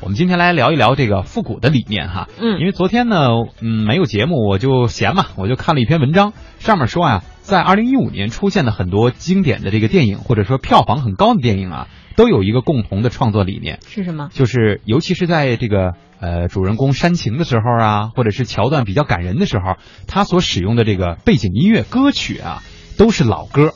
我们今天来聊一聊这个复古的理念哈，嗯因为昨天呢，嗯，没有节目，我就闲嘛，我就看了一篇文章，上面说啊，在二零一五年出现的很多经典的这个电影，或者说票房很高的电影啊，都有一个共同的创作理念，是什么？就是尤其是在这个呃主人公煽情的时候啊，或者是桥段比较感人的时候，他所使用的这个背景音乐歌曲啊，都是老歌。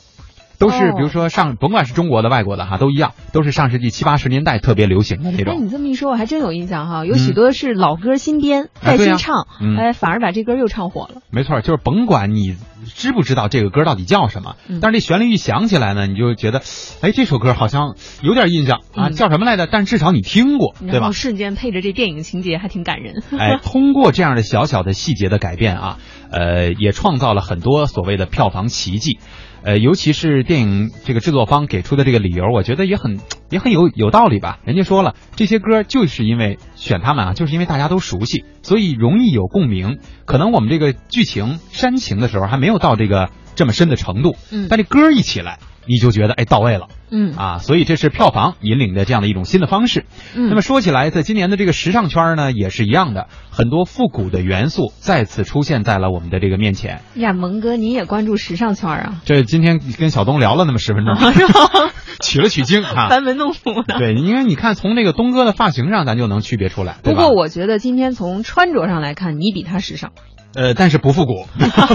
都是，哦比如说上，甭管是中国的、外国的哈，都一样，都是上世纪七八十年代特别流行的那哎，种。你这么一说，我还真有印象哈，有嗯许多是老歌新编、哎再对呀新唱，嗯哎，反而把这歌又唱火了。没错，就是甭管你知不知道这个歌到底叫什么，嗯但是这旋律一响起来呢，你就觉得，哎，这首歌好像有点印象啊，嗯叫什么来着？但是至少你听过，对然吧后？瞬间配着这电影情节，还挺感人。哎，通过这样的小小的细节的改变啊，呃，也创造了很多所谓的票房奇迹。呃，尤其是电影这个制作方给出的这个理由，我觉得也很也很有有道理吧。人家说了，这些歌就是因为选他们啊，就是因为大家都熟悉，所以容易有共鸣。可能我们这个剧情煽情的时候还没有到这个这么深的程度，嗯但这歌一起来，你就觉得哎到位了嗯啊。所以这是票房引领的这样的一种新的方式。嗯，那么说起来，在今年的这个时尚圈呢，也是一样的，很多复古的元素再次出现在了我们的这个面前。呀，蒙哥，你也关注时尚圈 啊？这今天跟小东聊了那么十分 钟，取了取经啊。班门弄斧的。对，因为你看从那个东哥的发型上，咱就能区别出来，对不吧？过我觉得今天从穿着上来看，你比他时尚。呃，但是不复古，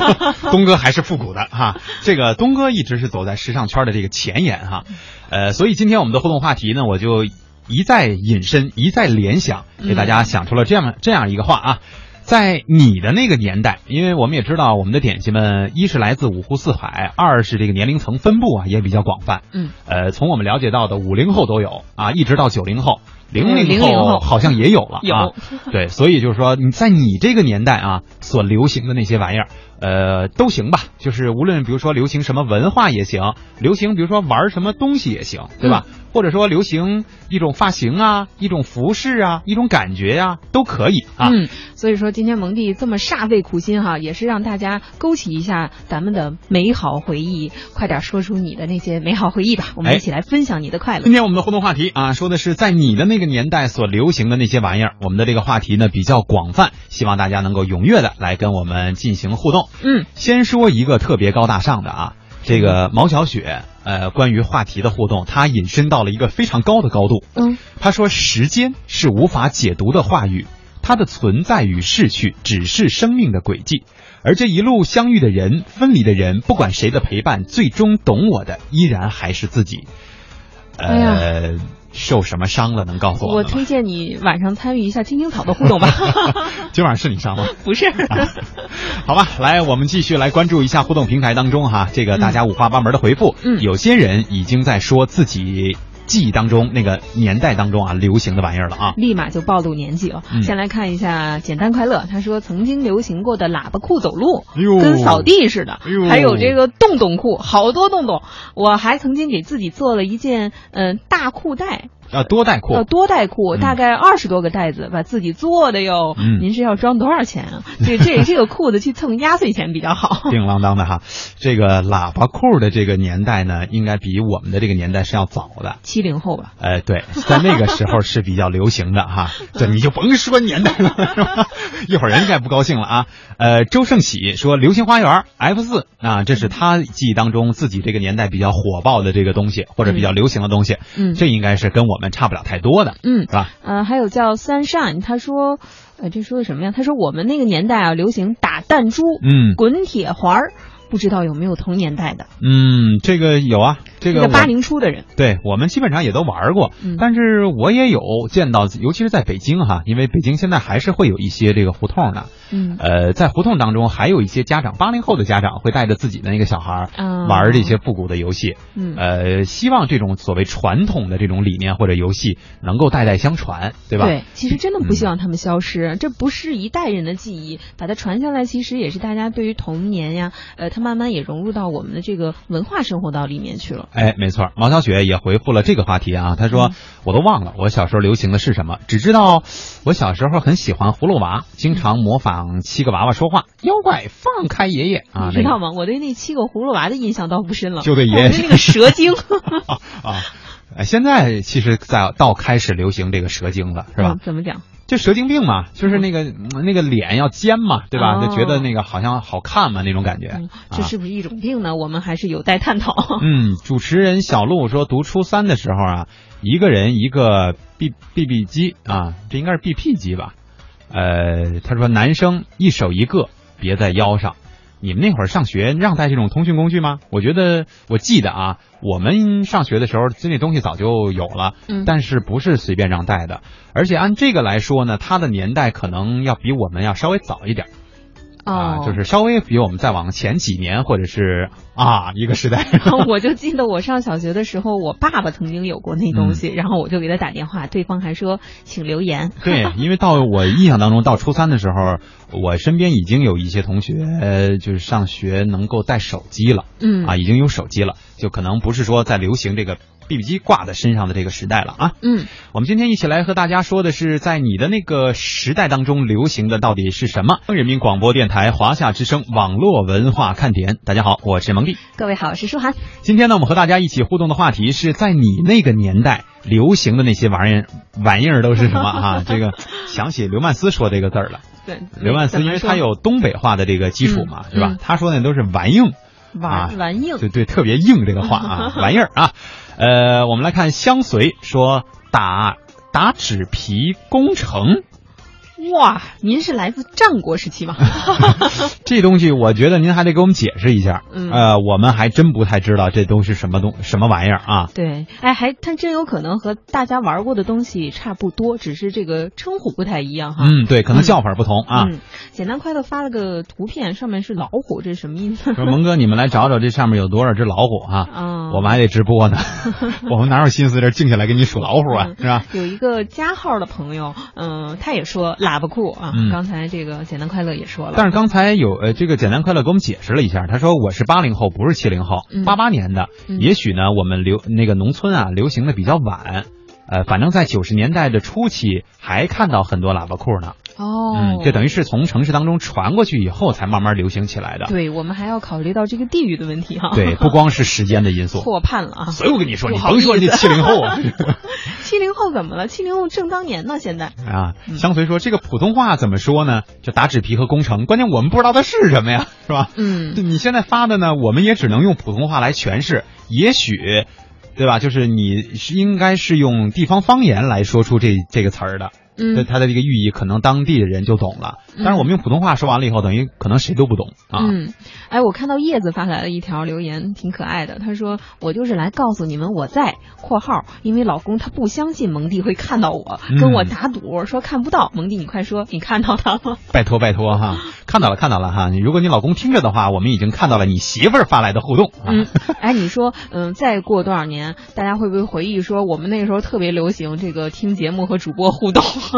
东哥还是复古的哈。这个东哥一直是走在时尚圈的这个前沿哈，呃，所以今天我们的互动话题呢，我就一再引申，一再联想，给大家想出了这样这样一个话啊。在你的那个年代，因为我们也知道我们的点心们，一是来自五湖四海，二是这个年龄层分布啊也比较广泛。嗯，呃，从我们了解到的五零后都有啊，一直到九零后，零嗯零00后好像也有了、啊，有对，所以就是说你在你这个年代啊，所流行的那些玩意儿，呃，都行吧。就是无论比如说流行什么文化也行，流行比如说玩什么东西也行，对嗯吧？或者说流行一种发型啊，一种服饰啊，一种感觉呀、都可以啊。嗯，所以说今天蒙蒂这么煞费苦心哈，也是让大家勾起一下咱们的美好回忆，快点说出你的那些美好回忆吧，我们哎一起来分享你的快乐。今天我们的互动话题啊，说的是在你的那个年代所流行的那些玩意儿。我们的这个话题呢比较广泛，希望大家能够踊跃的来跟我们进行互动。嗯，先说一个特别高大上的啊，这个毛小雪，呃，关于话题的互动，她引申到了一个非常高的高度。嗯，她说：“时间是无法解读的话语，它的存在与逝去只是生命的轨迹。而这一路相遇的人、分离的人，不管谁的陪伴，最终懂我的依然还是自己。”哎呃，受什么伤了？能告诉我我们吗？推荐你晚上参与一下青青草的互动吧。 今晚是你 伤吗？不是，好吧，来，我们继续来关注一下互动平台当中哈，这个大家五花八门的回复，嗯有些人已经在说自己记忆当中那个年代当中啊流行的玩意儿了啊，立马就暴露年纪了。嗯先来看一下简单快乐，他说曾经流行过的喇叭裤走路，哎呦跟扫地似的哎呦，还有这个洞洞裤，好多洞洞。我还曾经给自己做了一件嗯、呃大裤带，啊多带呃裤，多带裤，嗯大概二十多个带子，把自己做的哟。嗯您是要装多少钱啊？这这这个裤子去蹭压岁钱比较好。 叮啷当的哈，这个喇叭裤的这个年代呢，应该比我们的这个年代是要早的。七零后吧，呃，对，在那个时候是比较流行的哈，这你就甭说年代了， 是吧？一会儿人家也不高兴了啊。呃，周胜喜说《流星花园》F 四啊，这是他记忆当中自己这个年代比较火爆的这个东西，或者比较流行的东西，嗯这应该是跟我们差不了太多的，嗯是。吧？呃，还有叫三善，他说，呃，这说的什么呀？他说我们那个年代啊，流行打弹珠、嗯滚铁环儿，不知道有没有同年代的？嗯，这个有啊，这个个我八零初的人，对我们基本上也都玩过，嗯但是我也有见到，尤其是在北京哈，因为北京现在还是会有一些这个胡同的，嗯，呃，在胡同当中，还有一些家长，八零后的家长会带着自己的那个小孩儿啊玩这些复古的游戏。嗯呃，希望这种所谓传统的这种理念或者游戏能够代代相传，对吧？嗯对，其实真的不希望他们消失，这不是一代人的记忆，把它传下来，其实也是大家对于童年呀，呃，它慢慢也融入到我们的这个文化生活到里面去了。哎，没错，毛小雪也回复了这个话题啊。她嗯说：“我都忘了我小时候流行的是什么，只知道我小时候很喜欢葫芦娃，经常模仿七个娃娃说话，妖怪放开爷爷啊，你知那道个吗？我对那七个葫芦娃的印象倒不深 了，就对爷爷我对那个蛇精，啊，呃，现在其实在到开始流行这个蛇精了，是吧？ 嗯怎么讲？就蛇精病嘛，就是那个、嗯那个脸要尖嘛，对吧？哦就觉得那个好像好看嘛那种感觉。嗯，这是不是一种病呢？我们还是有待探讨。 嗯，主持人小鹿说，读初三的时候啊，一个人一个 B B B 机啊，这应该是 B P 机吧？呃，他说男生一手一个，别在腰上。你们那会儿上学让带这种通讯工具吗？我觉得我记得啊，我们上学的时候这那东西早就有了，嗯但是不是随便让带的。而且按这个来说呢，他的年代可能要比我们要稍微早一点。啊，哦，就是稍微比我们再往前几年，或者是啊一个时代。 我就记得我上小学的时候，我爸爸曾经有过那东嗯西，然后我就给他打电话，对方还说请留言。 对，因为到我印象当中，到初三的时候，我身边已经有一些同学，呃，就是上学能够带手机了嗯啊，已经有手机了，就可能不是说在流行这个 BB 机挂在身上的这个时代了啊。嗯，我们今天一起来和大家说的是，在你的那个时代当中流行的到底是什么？人民广播电台华夏之声网络文化看点，大家好，我是蒙蒂。各位好，我是舒涵。今天呢，我们和大家一起互动的话题是在你那个年代流行的那些玩意儿，玩意儿都 是什么啊？这个想起刘曼斯说这个字儿了。对，刘曼斯怎么因为说他有东北话的这个基础嘛，嗯是吧嗯？他说那都是玩硬，啊玩玩硬，对对，特别硬这个话 啊，玩意儿啊。呃，我们来看相随说打打纸皮工程哇，您是来自战国时期吗？ 这东西，我觉得您还得给我们解释一下。嗯呃，我们还真不太知道这都是什么东什么玩意儿啊。对，哎，还它真有可能和大家玩过的东西差不多，只是这个称呼不太一样哈。嗯，对，可能叫法不同啊。嗯，简单快乐发了个图片，上面是老虎，这是什么意 思？说蒙哥，你们来找找这上面有多少只老虎啊？啊，我们还得直播呢， 我们哪有心思这静下来给你数老虎啊嗯，是吧？有一个加号的朋友，嗯、他也说喇叭裤啊，嗯刚才这个简单快乐也说了，但是刚才有呃，这个简单快乐给我们解释了一下，他说我是八零后，不是七零后，嗯八八年的，嗯也许呢，我们流那个农村啊，流行的比较晚。呃，反正在九十年代的初期，还看到很多喇叭裤呢。哦嗯，，这等于是从城市当中传过去以后，才慢慢流行起来的。对我们还要考虑到这个地域的问题哈、对，不光是时间的因素。错判了啊，所以我跟你说，不你好甭说意人思家七零后啊， 七零后怎么了？七零后正当年呢，现在啊，嗯相随说这个普通话怎么说呢？就打纸皮和工程，关键我们不知道它是什么呀， 是吧？嗯，你现在发的呢，我们也只能用普通话来诠释，也许，对吧？就是你是应该是用地方方言来说出这这个词儿的，对嗯，它的这个寓意，可能当地的人就懂了。但是我们用普通话说完了以后，等于可能谁都不懂啊。嗯，哎，我看到叶子发来了一条留言，挺可爱的。他说：“我就是来告诉你们我在（括号），因为老公他不相信蒙蒂会看到我，跟我嗯打赌说看不到。蒙蒂，你快说，你看到他了？拜托拜托哈，看到了看到了哈，你如果你老公听着的话，我们已经看到了你媳妇儿发来的互动啊。嗯，哎，你说，嗯，再过多少年，大家会不会回忆说我们那时候特别流行这个听节目和主播互动？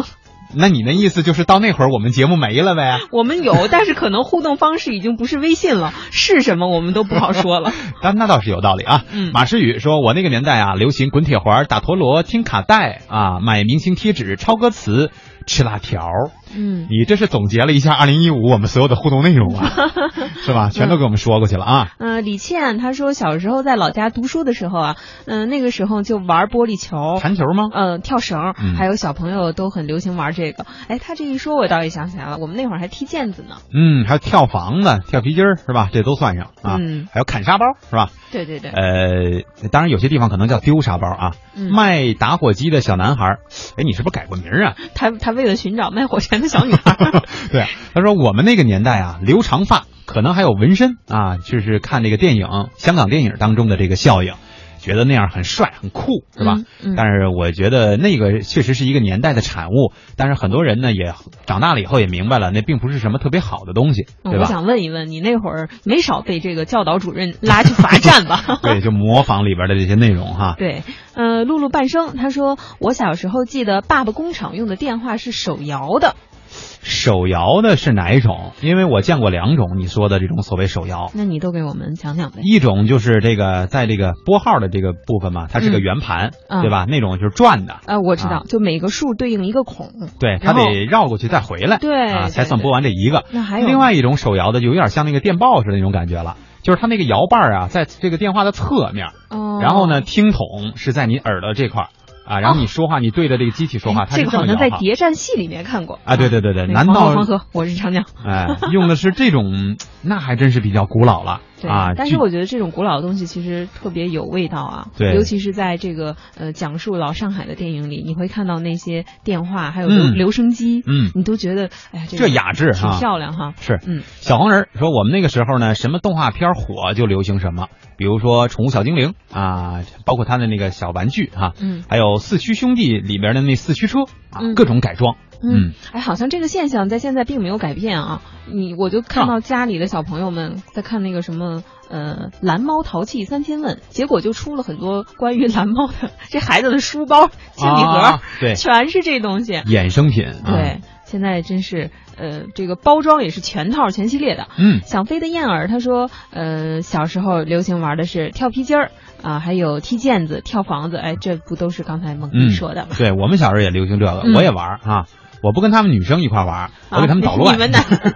那你那意思就是到那会儿我们节目没了呗？我们有，但是可能互动方式已经不是微信了，是什么我们都不好说了。那那倒是有道理啊。嗯马诗雨说：“我那个年代啊，流行滚铁环、打陀螺、听卡带啊，买明星贴纸、抄歌词、吃辣条。” 嗯，你这是总结了一下2015我们所有的互动内容 啊，是吧？全都给我们说过去了啊。呃，李倩她说小时候在老家读书的时候啊，嗯、那个时候就玩玻璃球。弹球吗？呃，跳绳，嗯还有小朋友都很流行玩这个。哎，他这一说，我倒也想起来了，我们那会儿还踢毽子呢。嗯，还有跳房子、跳皮筋儿是吧？这都算上啊。嗯，还有砍沙包是吧？对对对，呃，当然有些地方可能叫丢沙包啊。嗯卖打火机的小男孩儿，哎，你是不是改过名儿啊？他他为了寻找卖火柴的小女孩儿， 对，啊他说我们那个年代啊，留长发可能还有纹身啊，就是看这个电影，香港电影当中的这个效应，觉得那样很帅很酷，是吧？嗯嗯但是我觉得那个确实是一个年代的产物，但是很多人呢也长大了以后也明白了，那并不是什么特别好的东西，嗯对我吧？？想问一问，你那会儿没少被这个教导主任拉去罚站吧 对，就模仿里边的这些内容 哈。对，呃，露露半生他说，我小时候记得爸爸工厂用的电话是手摇的，手摇的是哪一种？因为我见过两种，你说的这种所谓手摇，那你都给我们讲讲呗。一种就是这个在这个拨号的这个部分嘛，它是个嗯圆盘，嗯对吧？那种就是转的，呃，我知啊道，就每个数对应一个孔。对，它然后得绕过去再回来，对啊，对才算对播完这一个。那还有另外一种手摇的，就有点像那个电报似的那种感觉了，就是它那个摇把儿啊，在这个电话的侧面，哦，然后呢，听筒是在你耳朵这块儿啊，然后你说话，你对着这个机器说话，它哦哎这是个这好么像摇在哈。谍战戏里面看过啊，对对对对，那个难黄河道黄河，我是长江。 哎用的是这种？那还真是比较古老了对，啊。但据是我觉得这种古老的东西其实特别有味道啊，对尤其是在这个呃讲述老上海的电影里，你会看到那些电话，还有留、嗯留声机，嗯你都觉得哎呀，这这个雅致挺哈，漂亮哈，是嗯，小黄人儿说，我们那个时候呢，什么动画片火就流行什么，比如说《宠物小精灵》啊，包括他的那个小玩具哈、嗯还有《四驱兄弟》里边的那四驱车啊，嗯各种改装。嗯，哎，好像这个现象在现在并没有改变啊，你我就看啊到家里的小朋友们在看那个什么。呃，蓝猫淘气三千问，结果就出了很多关于蓝猫的 这孩子的书包、铅笔盒，啊对，全是这东西。衍生品。啊、对，，现在真是，呃，这个包装也是全套全系列的。嗯，想飞的燕儿，他说，呃，小时候流行玩的是跳皮筋儿啊、还有踢毽子、跳房子，哎，这不都是刚才蒙嗯迪说的吗？对我们小时候也流行这个，嗯我也玩儿啊。我不跟他们女生一块儿玩儿，嗯我给他们捣啊乱。你们男，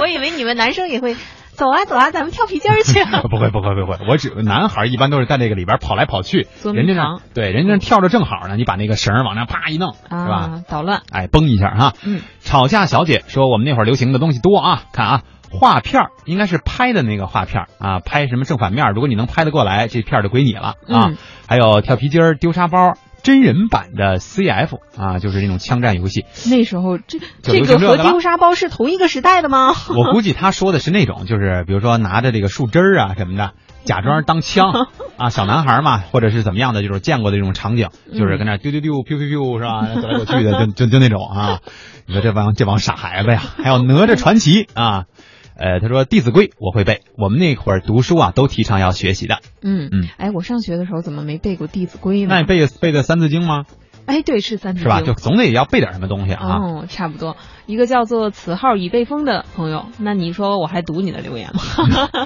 我以为你们男生也会走啊走啊，咱们跳皮筋儿 去。 不会不会不会，我只男孩儿一般都是在那个里边儿跑来跑去，捉迷人家那藏对人家那跳着正好呢，你把那个绳儿往那啪一弄，是吧？啊，捣乱，哎，崩一下哈。嗯，吵架小姐说我们那会儿流行的东西多啊，看啊，画片儿应该是拍的那个画片儿啊，拍什么正反面儿，如果你能拍得过来，这片儿就归你了啊。嗯还有跳皮筋儿、丢沙包。真人版的 CF 啊，就是那种枪战游戏，那时候这就这流行个这和个了丢沙包是同一个时代的吗？ 我估计他说的是那种，就是比如说拿着这个树枝儿啊什么的，假装当 枪啊，小男孩嘛，或者是怎么样的，就是见过的这种场景，嗯就是跟那儿丢丢丢、丢丢丢是吧？ 走来走去的，就就就那种啊。你说这帮这帮傻孩子呀，还有哪吒传奇啊。呃，他说《弟子规》我会背，我们那会儿读书啊，都提倡要学习的。嗯嗯，哎，我上学的时候怎么没背过《弟子规》那呢你？背背的《三字经》吗？哎，对，是三字是吧？经就。总得要背点什么东西啊。哦，差不多。一个叫做“此号已被封”的朋友，那你说我还读你的留言吗？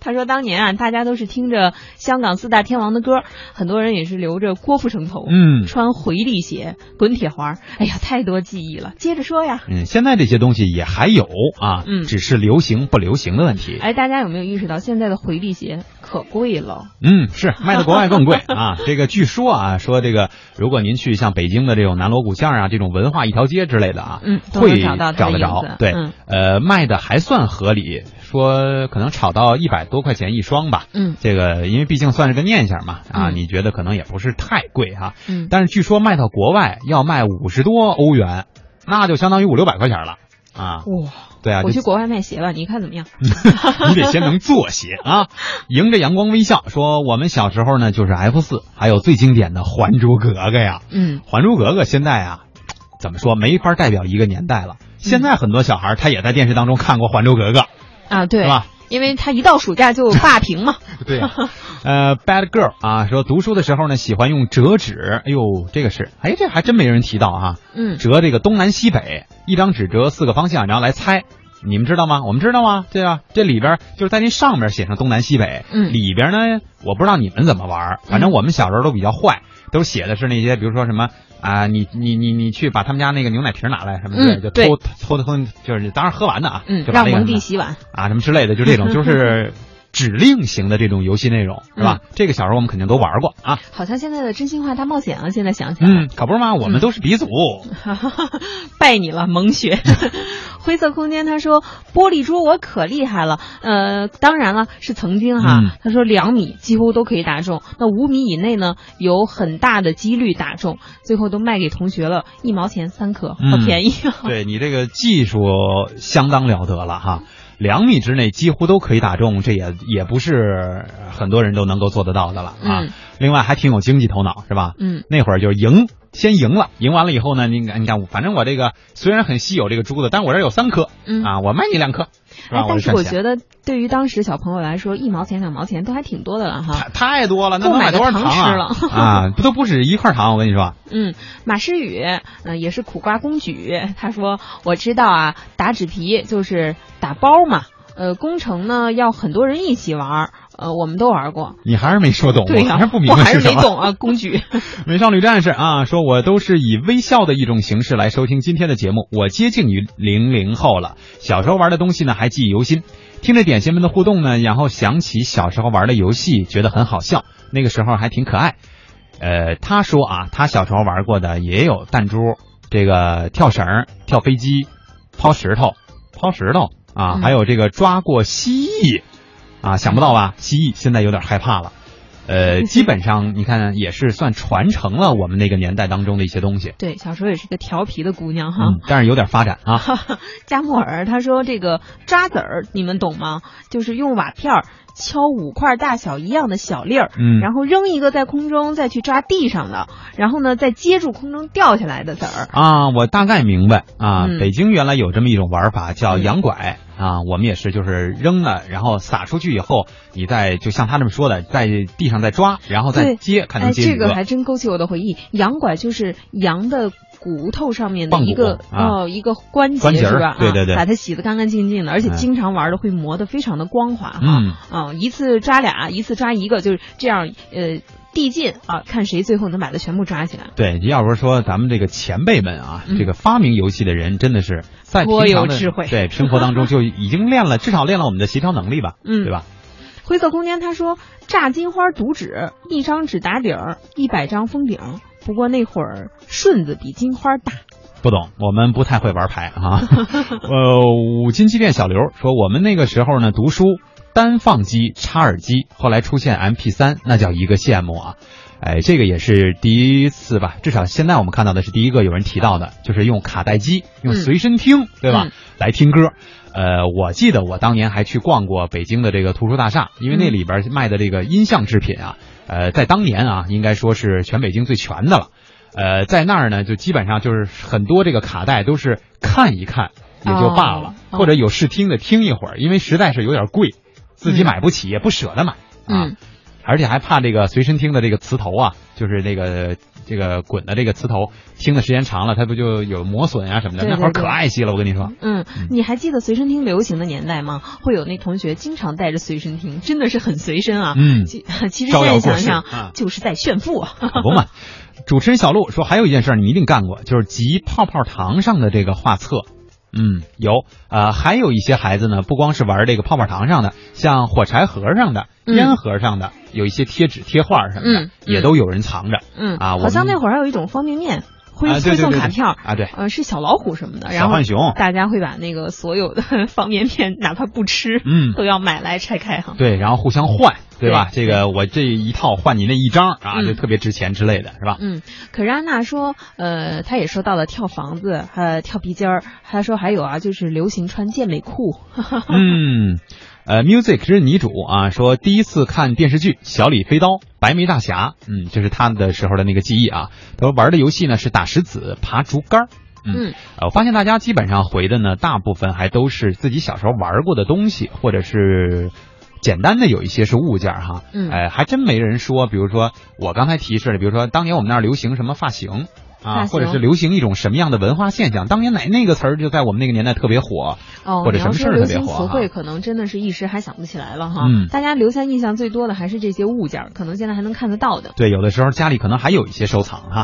他说当年啊，大家都是听着香港四大天王的歌，很多人也是留着郭富城头，嗯穿回力鞋、滚铁环儿，哎呀，太多记忆了。接着说呀。嗯，现在这些东西也还有啊，嗯只是流行不流行的问题。哎，大家有没有意识到现在的回力鞋可贵了？嗯，是卖到国外更贵 啊。这个据说啊，说这个如果您去像北京的这种南锣鼓巷啊，这种文化一条街之类的啊，嗯都能会找到它的得影子着。对嗯，呃，卖的还算合理，说可能炒到一百多块钱一双吧。嗯这个因为毕竟算是个念想嘛，啊，嗯你觉得可能也不是太贵哈、嗯，但是据说卖到国外要卖五十多欧元，那就相当于五六百块钱了啊。哇，对啊，我就去国外卖鞋吧，你看怎么样？ 你得先能做些啊！迎着阳光微笑说：“我们小时候呢，就是 F 四，还有最经典的《还珠格格》呀，《嗯还珠格格》现在啊，怎么说没法代表一个年代了。现在很多小孩儿他也在电视当中看过《还珠格格》，啊，对是吧？因为他一到暑假就霸 屏嘛。对呀、呃，Bad Girl 啊，说读书的时候呢，喜欢用折纸。哎呦，这个是，哎，这还真没人提到啊。嗯，折这个东南西北，一张纸折四个方向，然后来猜。你们知道吗？我们知道吗？对啊，这里边就是在那上面写上东南西北，嗯里边呢，我不知道你们怎么玩儿，反正我们小时候都比较坏，都写的是那些，比如说什么啊、你你你你去把他们家那个牛奶瓶拿来什么之类的，嗯对就偷偷偷偷，就是当然喝完的啊，嗯，就把让那个蒙什么蒂洗碗。啊什么之类的，就这种就是 指令型的这种游戏内容是嗯吧？这个小时候我们肯定都玩过啊，好像现在的真心话大冒险啊，现在想起来了，嗯，可不是嘛，我们都是鼻祖， 嗯拜你了，萌学。 灰色空间他说玻璃珠我可厉害了，呃，当然了是曾经哈，嗯他说两米几乎都可以打中，那五米以内呢有很大的几率打中，最后都卖给同学了，一毛钱三颗，好嗯便宜 啊。 对你这个技术相当了得了哈，两米之内几乎都可以打中，这也也不是很多人都能够做得到的了啊。嗯另外还挺有经济头脑是吧？嗯那会儿就是赢，先赢了，赢完了以后呢，你看你看，反正我这个虽然很稀有这个珠子，但是我这儿有三颗、嗯啊，我卖你两颗，是吧？哎，但是我就赚钱觉得对于当时小朋友来说，一毛钱两毛钱都还挺多的了哈。太太多了，那够能买买个多少糖啊？ 吃啊，不都不止一块糖，我跟你说，嗯，马诗雨，嗯、也是苦瓜公举，他说我知道啊，打纸皮就是打包嘛。呃，工程呢要很多人一起玩儿，呃，我们都玩过。你还是没说懂，对呀、我还是不明我白还是是什没么。懂啊，公举。 美少女战士啊，说我都是以微笑的一种形式来收听今天的节目，我接近于零零后了，小时候玩的东西呢还记忆犹新，听着点心们的互动呢，然后想起小时候玩的游戏，觉得很好笑，那个时候还挺可爱。呃，他说啊，他小时候玩过的也有弹珠、这个跳绳儿、跳飞机、抛石头、抛石头啊，嗯还有这个抓过蜥蜴啊，想不到吧？蜥蜴现在有点害怕了。呃，基本上你看也是算传承了我们那个年代当中的一些东西，对，小时候也是个调皮的姑娘哈。嗯，但是有点发展啊。 加莫尔他说：“这个抓子儿，你们懂吗？就是用瓦片儿敲五块大小一样的小粒儿，嗯，然后扔一个在空中，再去抓地上的，然后呢再接住空中掉下来的子儿。啊，我大概明白啊。嗯北京原来有这么一种玩法叫嗯洋拐啊，我们也是就是扔了，然后撒出去以后，你再就像他这么说的，在地上再抓，然后再对接，看能哎，接几这个还真勾起我的回忆。羊拐就是羊的骨头上面的棒骨一个啊哦一个关节关节儿是吧？啊对对对把它洗得干干净净的，而且哎经常玩的会磨得非常的光滑哈。嗯，啊，一次抓俩，一次抓一个，就是这样，呃，递进啊，看谁最后能把它全部抓起来。对，要不是说咱们这个前辈们啊，嗯这个发明游戏的人真的是在颇平常有的智慧对生活当中就已经练了，至少练了我们的协调能力吧，嗯对吧？灰色空间他说，炸金花毒纸，一张纸打底儿，一百张封顶。不过那会儿顺子比金花大，不懂，我们不太会玩牌啊。 呃，五金机店小刘说，我们那个时候呢，读书单放机插耳机，后来出现 MP 三，那叫一个羡慕啊。哎，这个也是第一次吧，至少现在我们看到的是第一个有人提到的，就是用卡带机，用嗯随身听，对吧？嗯来听歌。呃，我记得我当年还去逛过北京的这个图书大厦，因为那嗯里边卖的这个音像制品啊，呃，在当年啊，应该说是全北京最全的了。呃，在那儿呢，就基本上就是很多这个卡带都是看一看也就罢了，哦或者有试听的听一会儿，因为实在是有点贵，自己买不起，也不舍得买啊。嗯而且还怕这个随身听的这个磁头啊，就是那个这个滚的这个磁头，听的时间长了，它不就有磨损啊什么的？对对那会儿对可爱极了，我跟你说。嗯，你还记得随身听流行的年代吗？会有那同学经常带着随身听，真的是很随身啊。嗯其 其实招现摇在过想市想，啊就是在炫富 啊。可不嘛。主持人小璐说，还有一件事儿你一定干过，就是集泡泡糖上的这个画册。嗯，有，呃，还有一些孩子呢，不光是玩这个泡泡糖上的，像火柴盒上的、嗯烟盒上的，有一些贴纸、贴画什么的，嗯也都有人藏着。嗯啊我好像们那会儿还有一种方便面，会啊，对会对送对卡片儿，啊，对，呃，是小老虎什么的，然小后浣熊，大家会把那个所有的方便面，哪怕不吃，嗯， 都要买来拆开哈。对，然后互相换，对吧？对这个我这一套换你那一张啊，嗯就特别值钱之类的，是吧？嗯，可是安娜说，呃，她也说到了跳房子，呃，跳皮筋儿，她说还有啊，就是流行穿健美裤，嗯，呃，music 是女主啊，说第一次看电视剧《小李飞刀》《白眉大侠》，嗯，这是她的时候的那个记忆啊。她说玩的游戏呢是打石子、爬竹竿儿。嗯呃，我发现大家基本上回的呢，大部分还都是自己小时候玩过的东西，或者是简单的有一些是物件儿哈。嗯哎、还真没人说，比如说我刚才提示的，比如说当年我们那儿流行什么发型。啊，发型或者是流行一种什么样的文化现象？当年哪那个词儿就在我们那个年代特别火，哦，或者你要什么事说儿特流别行火词哈汇，可能真的是一时还想不起来了哈。嗯大家留下印象最多的还是这些物件儿，可能现在还能看得到的。对，有的时候家里可能还有一些收藏哈。